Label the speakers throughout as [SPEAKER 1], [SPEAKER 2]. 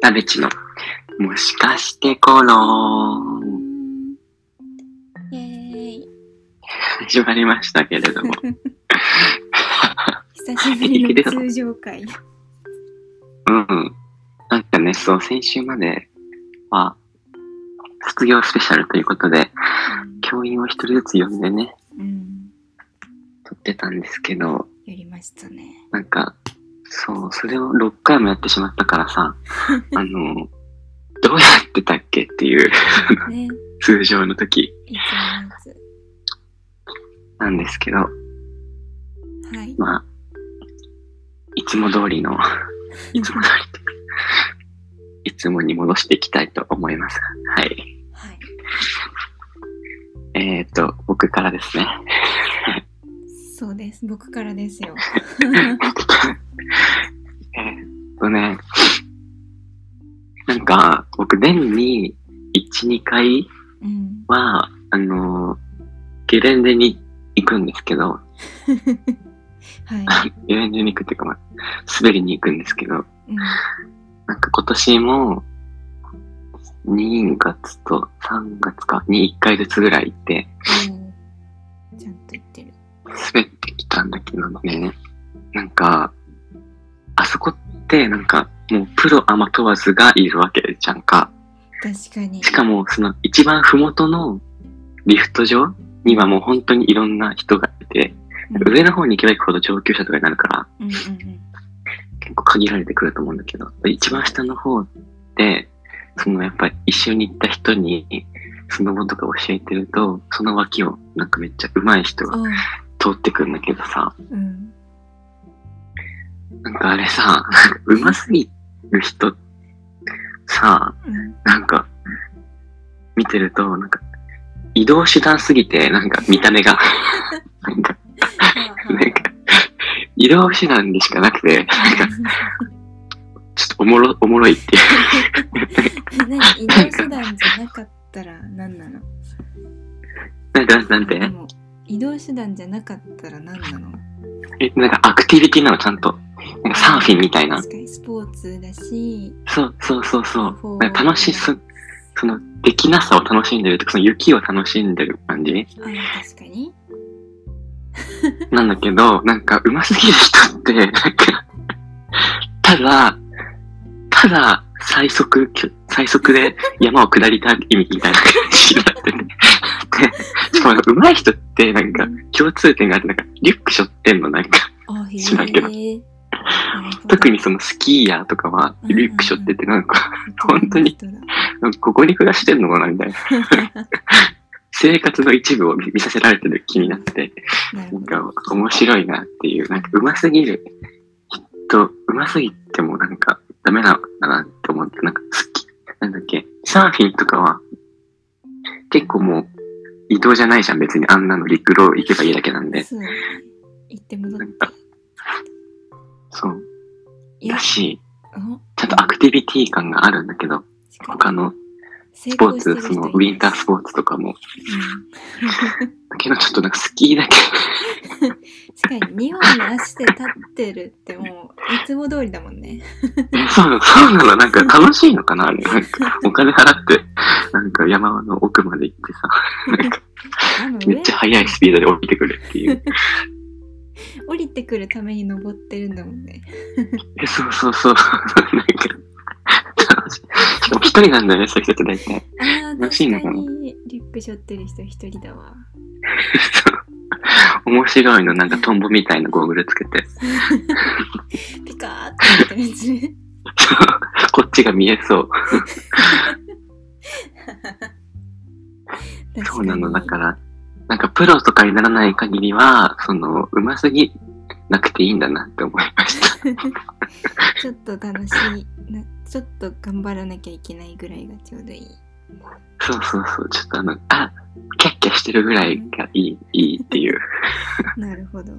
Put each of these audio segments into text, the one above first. [SPEAKER 1] ダベチの、もしかしてコロン、
[SPEAKER 2] イエー イ。
[SPEAKER 1] 始まりましたけれども。
[SPEAKER 2] 久しぶりの通常会。
[SPEAKER 1] うん。なんかね、そう、先週までは、卒業スペシャルということで、教員を一人ずつ呼んでね、
[SPEAKER 2] うん。
[SPEAKER 1] 撮ってたんですけど、
[SPEAKER 2] やりましたね。
[SPEAKER 1] なんか、そう、それを6回もやってしまったからさ、あの、どうやってたっけっていう、
[SPEAKER 2] ね。い
[SPEAKER 1] 通常の時
[SPEAKER 2] つものやつ。
[SPEAKER 1] なんですけど、
[SPEAKER 2] はい。
[SPEAKER 1] まあ、いつも通りの、いつも通りっていうか いつもに戻していきたいと思います。はい。
[SPEAKER 2] はい。
[SPEAKER 1] えっ、ー、と、僕からですね。
[SPEAKER 2] そうです。僕からですよ。
[SPEAKER 1] えーっとね、なんか、僕、年に1、2回
[SPEAKER 2] うん。
[SPEAKER 1] は、あのー、ゲレンデに行くんですけど、
[SPEAKER 2] は い。
[SPEAKER 1] ゲレンデに行くっていうか、まあ、滑りに行くんですけど、
[SPEAKER 2] うん。
[SPEAKER 1] なんか今年も、2月と3月かに1回ずつぐらい行って、
[SPEAKER 2] おーちゃんと言ってる。
[SPEAKER 1] 滑ってきたんだけどね、なんか、あそこってなんか、もうプロアマ問わずがいるわけじゃんか。
[SPEAKER 2] 確かに
[SPEAKER 1] し。かも、その一番ふもとのリフト上にはもう本当にいろんな人がいて、
[SPEAKER 2] うん
[SPEAKER 1] 上の方に行けば行くほど上級者とかになるから、
[SPEAKER 2] うんうん
[SPEAKER 1] 結構限られてくると思うんだけど、一番下の方って、そのやっぱり一緒に行った人に、スノボとか教えてると、その脇をなんかめっちゃ上手い人
[SPEAKER 2] うん。
[SPEAKER 1] が
[SPEAKER 2] おう
[SPEAKER 1] 通ってくるんだけどさ、
[SPEAKER 2] うん。
[SPEAKER 1] なんかあれさ、 なんか上手すぎる人、さ、
[SPEAKER 2] うん。
[SPEAKER 1] なんか、見てると、なんか、移動手段すぎて、なんか見た 目が、なんか、なんか、移動手段でしかなくて、なんか、ちょっとおもろ、おもろいっていう。
[SPEAKER 2] 何移動手段じゃなかったら何なの
[SPEAKER 1] なんか、なんて
[SPEAKER 2] でも移動手段じゃなかったら何なの
[SPEAKER 1] え、なんかアクティビティなの、ちゃんと。なんかサーフィンみたいな。
[SPEAKER 2] 確かにスポーツだし、
[SPEAKER 1] そうそうそうそ
[SPEAKER 2] ほ
[SPEAKER 1] う。
[SPEAKER 2] う
[SPEAKER 1] なんか楽しそ、その、できなさを楽しんでるとか、その雪を楽しんでる感じ
[SPEAKER 2] あ確かに。
[SPEAKER 1] なんだけど、なんか、上手すぎる人って、なんか、ただ、ただ、最速、最速で山を下りた意味みたいな感じになってて。で、しかもなんか上手い人って、なんか、共通点があって、なんか、リュック背負ってんの、なんか、
[SPEAKER 2] あ、へ
[SPEAKER 1] 知らんけど
[SPEAKER 2] え。
[SPEAKER 1] 特にそのスキーヤーとかは、リュック背負ってて、なんか、本当に。なんかここに暮らしてんのかな、みたいな。生活の一部を見見させられてる気になって。
[SPEAKER 2] なる
[SPEAKER 1] な
[SPEAKER 2] ほ
[SPEAKER 1] ん
[SPEAKER 2] ど。
[SPEAKER 1] か面白いなっていう、なんか上手すぎる人、上手すぎてもなんかダメなのかなって思って、なんか好き、なんだっけ、サーフィンとかは結構もう移動じゃないじゃん、別にあんなの陸路行けばいいだけなんで。
[SPEAKER 2] そうだね。行って戻っ
[SPEAKER 1] な
[SPEAKER 2] て
[SPEAKER 1] ん。か、そう、
[SPEAKER 2] い
[SPEAKER 1] だし、
[SPEAKER 2] あ
[SPEAKER 1] ちゃんとアクティビティ感があるんだけど、他のスポーツ、そのウィンタース
[SPEAKER 2] ポー
[SPEAKER 1] ポーツとかも、だけどちょっとなんかスキーだけ、
[SPEAKER 2] ツ。確かに、2本の足で立ってるってもう、いつも通りだもんね。
[SPEAKER 1] えそうなの、そうなの、なんか楽しいのかなあれなんか、お金払って、なんか山の奥まで行ってさ、なんか
[SPEAKER 2] あの
[SPEAKER 1] めっちゃ速いスピードで降りてくるっていう。
[SPEAKER 2] 上降りてくるために登ってるんだもんね。
[SPEAKER 1] え、そうそうそう、なんか、楽しい。しかも一人なんだよね、そういう人って大体。
[SPEAKER 2] ああ、
[SPEAKER 1] らしい
[SPEAKER 2] 確
[SPEAKER 1] のか
[SPEAKER 2] か
[SPEAKER 1] な
[SPEAKER 2] に、リュック背負ってる人一人だわ。
[SPEAKER 1] そう面白いの、なんかトンボみたいなゴーグルつけて、
[SPEAKER 2] ピカーってなってるやつね。
[SPEAKER 1] そうこっちが見えそう。
[SPEAKER 2] 確。
[SPEAKER 1] そうなの、だからら、なんかプロとかにならない限りは、その、うますぎなくていいんだなって思いました。
[SPEAKER 2] ちょっと楽しいな、ちょっと頑張らなきゃいけないぐらいがちょうどいい。
[SPEAKER 1] そうそうそう、ちょっとあの、あ、キャッキャしてるぐらいがいい、いいっていう。
[SPEAKER 2] なるほど。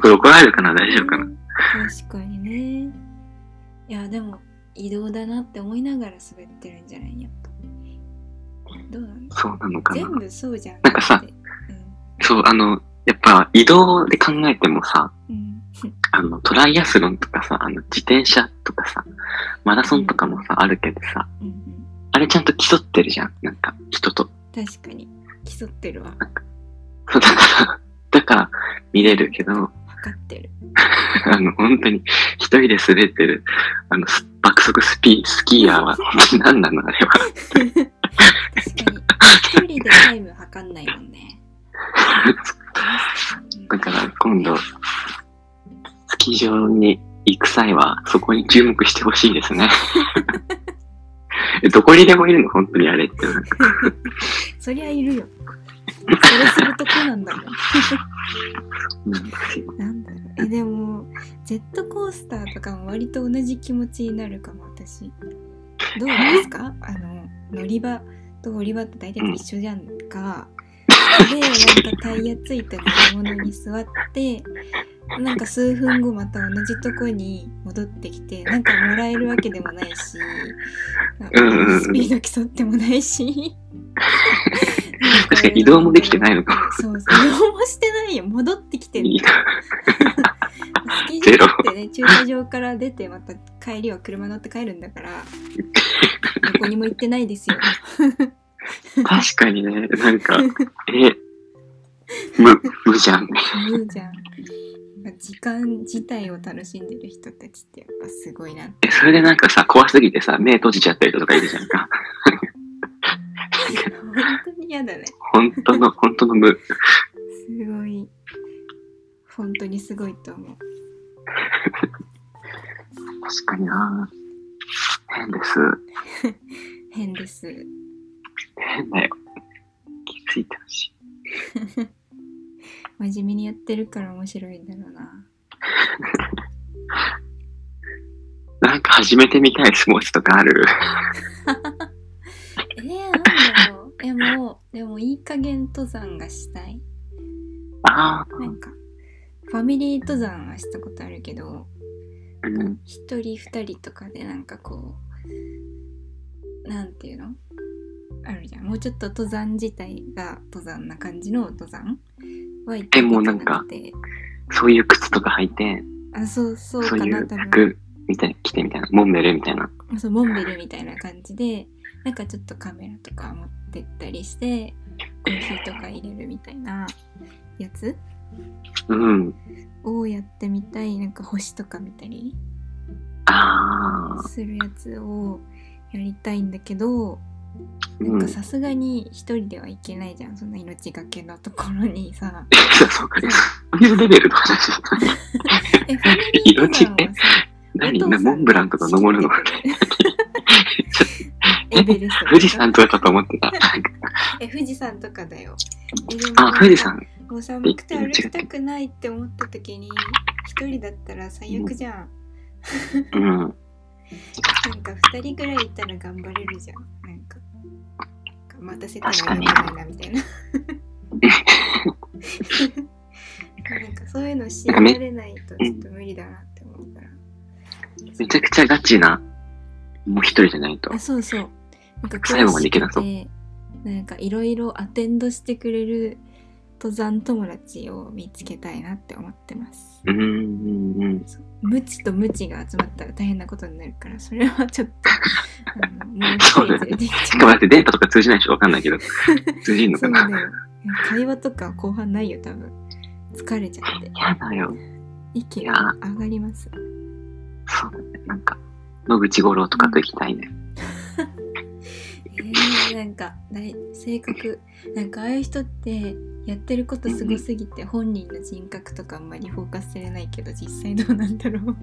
[SPEAKER 1] これ怒られるかな大丈夫かな
[SPEAKER 2] 確かにね。いや、でも、移動だなって思いながら滑ってるんじゃないやっぱ。どうなの
[SPEAKER 1] そうなのかな
[SPEAKER 2] 全部そうじゃん。
[SPEAKER 1] なんかさ
[SPEAKER 2] だって、
[SPEAKER 1] そう、あの、やっぱ移動で考えてもさ、
[SPEAKER 2] うん。うん。
[SPEAKER 1] あの、トライアスロンとかさ、あの、自転車とかさ、マラソンとかもさ、あるけどさ、
[SPEAKER 2] うんうん、
[SPEAKER 1] あれちゃんと競ってるじゃん。なんか、人と。
[SPEAKER 2] 確かに競ってるわ
[SPEAKER 1] そうだから、 だから見れるけど、
[SPEAKER 2] 測ってる
[SPEAKER 1] あの、本当に、一人で滑ってる、あの、す爆速スピ、スキーヤーは、本当に何なのあれは。
[SPEAKER 2] 確かに一人でタイム測んないもんねうん
[SPEAKER 1] だから、今度、スキー場に行く際は、そこに注目してほしいですね。えどこにでもいるの、本当にあれって。
[SPEAKER 2] そりゃいるよそれするとこなんだもん
[SPEAKER 1] なんですよ
[SPEAKER 2] なんだろうえでもジェットコースターとかも割と同じ気持ちになるかも私どうです かあの乗り場と降り場って大体一緒じゃんか、でなんかタイヤついた乗り物に座ってなんか数分後また同じとこに戻ってきてなんかもらえるわけでもないし
[SPEAKER 1] うんうんうん
[SPEAKER 2] スピード競ってもない し
[SPEAKER 1] 確かに移動もできてないのかも。
[SPEAKER 2] そうそう移動もしてないよ戻ってきてる
[SPEAKER 1] いいな
[SPEAKER 2] スキー場ってね、駐車場から出て、また帰りは車乗って帰るんだから、どこにも行ってないですよ。
[SPEAKER 1] 確かにね、なんか、え、無、無じゃん。
[SPEAKER 2] 言うじゃん。時間自体を楽しんでる人たちってやっぱすごいな。
[SPEAKER 1] え、それでなんかさ、怖すぎてさ、目閉じちゃったりとかいるじゃんか。
[SPEAKER 2] 本当に嫌だね。
[SPEAKER 1] 本当の、本当の無。
[SPEAKER 2] すごい。本当にすごいと思う。
[SPEAKER 1] 確かにな変です。
[SPEAKER 2] 変です。
[SPEAKER 1] 変だよ。気づいてほしい。
[SPEAKER 2] 真面目にやってるから面白いんだろうな。
[SPEAKER 1] なんか始めてみたいスポーツとかある。
[SPEAKER 2] えー、なんだろう。でも、でもいい加減登山がしたい。
[SPEAKER 1] ああ、
[SPEAKER 2] なんか、ファミリー登山はしたことあるけど、
[SPEAKER 1] うん。
[SPEAKER 2] 一人二人とかでなんかこうなんていうのあるじゃんもうちょっと登山自体が登山な感じの登山は行った
[SPEAKER 1] えも
[SPEAKER 2] こ
[SPEAKER 1] う
[SPEAKER 2] と
[SPEAKER 1] なん
[SPEAKER 2] な
[SPEAKER 1] か
[SPEAKER 2] くて
[SPEAKER 1] そういう靴とか履いて、
[SPEAKER 2] あそうそう
[SPEAKER 1] そ
[SPEAKER 2] か
[SPEAKER 1] うい
[SPEAKER 2] な
[SPEAKER 1] う
[SPEAKER 2] 多分
[SPEAKER 1] 服みたい着てみたいな、モンベルみたいな。
[SPEAKER 2] そうモンベルみたいな感じでなんかちょっとカメラとか持ってったりしてコーヒーとか入れるみたいなやつ
[SPEAKER 1] うん。
[SPEAKER 2] をやってみたいなんか星とか見たり
[SPEAKER 1] ああ、
[SPEAKER 2] するやつをやりたいんだけど
[SPEAKER 1] う
[SPEAKER 2] なん
[SPEAKER 1] ん。
[SPEAKER 2] か
[SPEAKER 1] そ
[SPEAKER 2] さすがに一人では行けないじゃんそんな命がけのところに さ
[SPEAKER 1] うかね。そういうレベルの話。
[SPEAKER 2] えファミリー登山はさ
[SPEAKER 1] 何
[SPEAKER 2] お父さんが
[SPEAKER 1] モンブランとか登る の
[SPEAKER 2] エ ベレストとか
[SPEAKER 1] 富士山とかかと思っ てた。なんか
[SPEAKER 2] え富士山とかだよえでも
[SPEAKER 1] あ、富士山。
[SPEAKER 2] もう寒くて歩きたくないって思った時に一人だったら最悪じゃん
[SPEAKER 1] うん。
[SPEAKER 2] なんか二人ぐらいいたら頑張れるじゃんなんかなんか待たせたらよくないなみたいななんかそういうの知られないとちょっと無理だなって思うから
[SPEAKER 1] めちゃくちゃガチな。もう一人じゃないと
[SPEAKER 2] あ。そうそうなんか
[SPEAKER 1] 最後まで行けなそう
[SPEAKER 2] 詳しくてなんかいろいろアテンドしてくれる登山友達を見つけたいなって思ってます
[SPEAKER 1] うーん。うん
[SPEAKER 2] そう無知と無知が集まったら大変なことになるからそれはちょっとあのもう一人連れてき
[SPEAKER 1] し
[SPEAKER 2] て
[SPEAKER 1] かもだってデータとか通じないでしょわかんない けど。通じんの
[SPEAKER 2] そ
[SPEAKER 1] か
[SPEAKER 2] う
[SPEAKER 1] な
[SPEAKER 2] だ よ会話とか後半ないよ多分疲れちゃって
[SPEAKER 1] やだよ。
[SPEAKER 2] 息が上がります
[SPEAKER 1] そうだね。なんか、野口五郎とかと行きたいね。
[SPEAKER 2] えー、なんか大性格なんかああいう人ってやってることすごすぎて本人の人格とかあんまりフォーカスされないけど実際どうなんだろう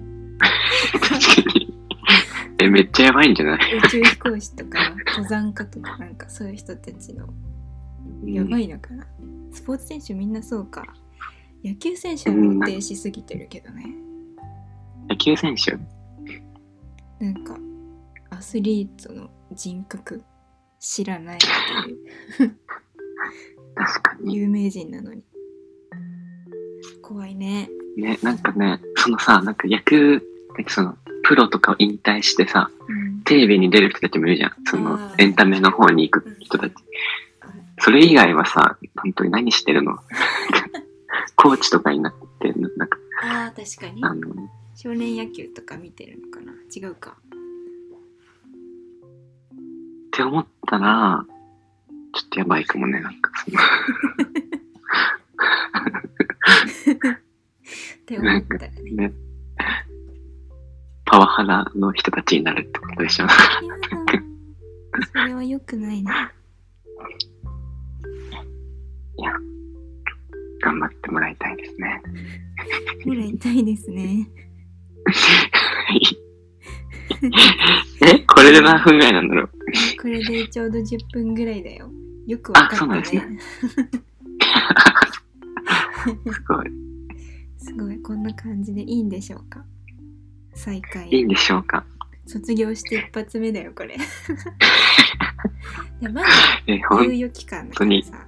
[SPEAKER 1] 確かに。 え、めっちゃやばいんじゃない
[SPEAKER 2] 宇宙飛行士とか登山家とかなんかそういう人たちのやば
[SPEAKER 1] い。
[SPEAKER 2] いのかな、スポーツ選手みんなそうか野球選手はもう停止すぎてるけどね
[SPEAKER 1] 野球選手
[SPEAKER 2] なんかアスリートの人格知らないっていう
[SPEAKER 1] 確かに。
[SPEAKER 2] 有名人なのに怖いね
[SPEAKER 1] ね、なんかね、そのさ、なんか野球、なんかその、プロとかを引退してさ、
[SPEAKER 2] うん
[SPEAKER 1] テレビに出る人たちもいるじゃん。その
[SPEAKER 2] あ、ー
[SPEAKER 1] エンタメの方に行く人たち。それ以外はさ、本当に何して るのコーチとかになって、なんか、
[SPEAKER 2] ああ確かに
[SPEAKER 1] あの、
[SPEAKER 2] 少年野球とか見てるのかな違うか
[SPEAKER 1] って思ったら、ちょっとやばいかもね、なんかその。
[SPEAKER 2] って思 ったよね。
[SPEAKER 1] ね。パワハラの人たちになるってことでしょ。
[SPEAKER 2] いやーそれは良くないね。
[SPEAKER 1] 頑張ってもらいたいですね。
[SPEAKER 2] もらいたいですね。
[SPEAKER 1] えこれで何分ぐらいなんだろう
[SPEAKER 2] これでちょうど10分ぐらいだよ。よくわか
[SPEAKER 1] あそうなん
[SPEAKER 2] っ
[SPEAKER 1] で
[SPEAKER 2] た
[SPEAKER 1] すね
[SPEAKER 2] ね。
[SPEAKER 1] すごい。
[SPEAKER 2] すごい、こんな感じでいいんでしょうか。再
[SPEAKER 1] いい
[SPEAKER 2] 開。
[SPEAKER 1] んでしょうか
[SPEAKER 2] 卒業して一発目だよ、こ れ。でまだ
[SPEAKER 1] え、ほん
[SPEAKER 2] 猶、予期間だからさ。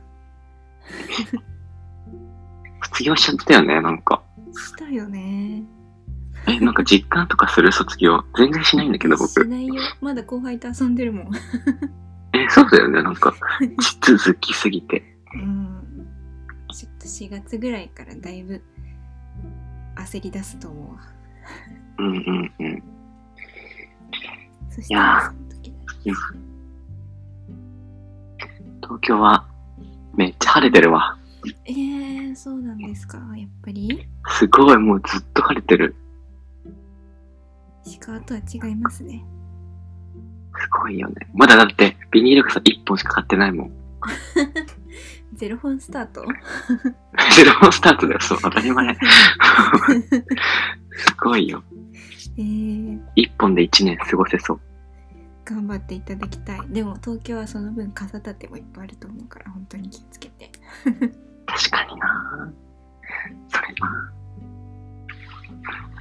[SPEAKER 1] 卒業しちゃったよね、なんか。
[SPEAKER 2] したよね。
[SPEAKER 1] え、なんか実感とかする卒業。全然しないんだけど、
[SPEAKER 2] し
[SPEAKER 1] 僕。
[SPEAKER 2] ないよ。まだ後輩と遊んでるもん。
[SPEAKER 1] え、そうだよね、なんか。地続きすぎて。
[SPEAKER 2] うん。ちょっと4月ぐらいからだいぶ焦り出すと思うわ。
[SPEAKER 1] うんうんうん。
[SPEAKER 2] そして
[SPEAKER 1] いや
[SPEAKER 2] その時だ
[SPEAKER 1] 東京は、めっちゃ晴れてるわ。
[SPEAKER 2] えー、そうなんですか。やっぱり
[SPEAKER 1] すごい、もうずっと晴れてる。
[SPEAKER 2] 鹿とは違いますね。
[SPEAKER 1] すごいよね。まだだって、ビニール傘1本しか買ってないもん。
[SPEAKER 2] ゼロ本スタート
[SPEAKER 1] ゼロ本スタートだよ、そう。当たり前。すごいよ。
[SPEAKER 2] えー、
[SPEAKER 1] 1本で1年過ごせそう。
[SPEAKER 2] 頑張っていただきたい。でも東京はその分傘立てもいっぱいあると思うから本当に気をつけて。
[SPEAKER 1] 確かになそれな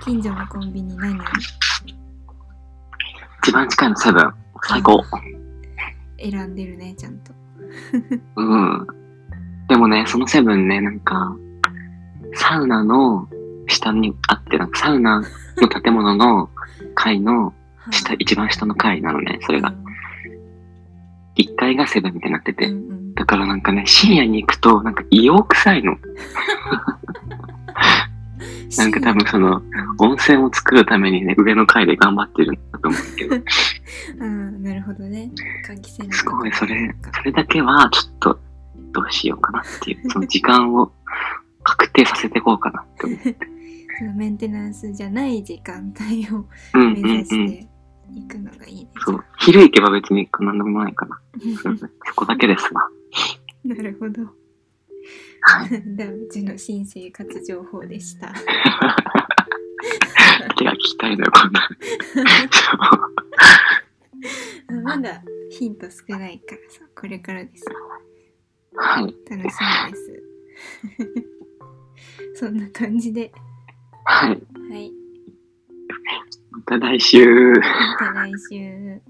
[SPEAKER 2] 近所のコンビニ何
[SPEAKER 1] 一番近いのセブン。最高。
[SPEAKER 2] 選んでるね、ちゃんと。
[SPEAKER 1] うん。でもね、そのセブンね、なんか、サウナの下にあって、なんかサウナの建物の階の
[SPEAKER 2] は
[SPEAKER 1] 下、一番下の階なのね、それが。1階がセブンみたいになって
[SPEAKER 2] うん
[SPEAKER 1] て。
[SPEAKER 2] うん
[SPEAKER 1] だからなんかね、深夜に行くと、なんか硫黄臭いの。
[SPEAKER 2] うん、
[SPEAKER 1] なんか多 分その、温泉を作るためにね、上の階で頑張ってるんだと思う けど、
[SPEAKER 2] ああ、なるほどね。換気扇
[SPEAKER 1] すごい、それ
[SPEAKER 2] か、
[SPEAKER 1] それだけはちょっと、どうしようかなっていう、その時間を確定させていこうかなって思う。
[SPEAKER 2] そのメンテナンスじゃない時間帯を
[SPEAKER 1] うん
[SPEAKER 2] 目
[SPEAKER 1] うん
[SPEAKER 2] 指
[SPEAKER 1] う
[SPEAKER 2] し
[SPEAKER 1] ん。
[SPEAKER 2] ていくのがいいね。
[SPEAKER 1] そう。昼行けば別に何でもないかな。そうそこだけですわ。
[SPEAKER 2] なるほど。
[SPEAKER 1] は
[SPEAKER 2] ダムチの新生活情報でした。
[SPEAKER 1] 手が聞きたいのよ、こんな。
[SPEAKER 2] まだヒント少ないからさ、これからです。
[SPEAKER 1] はい。
[SPEAKER 2] 楽しみです。 そんな感じで、
[SPEAKER 1] はい。
[SPEAKER 2] はい、
[SPEAKER 1] また来週。
[SPEAKER 2] また来週。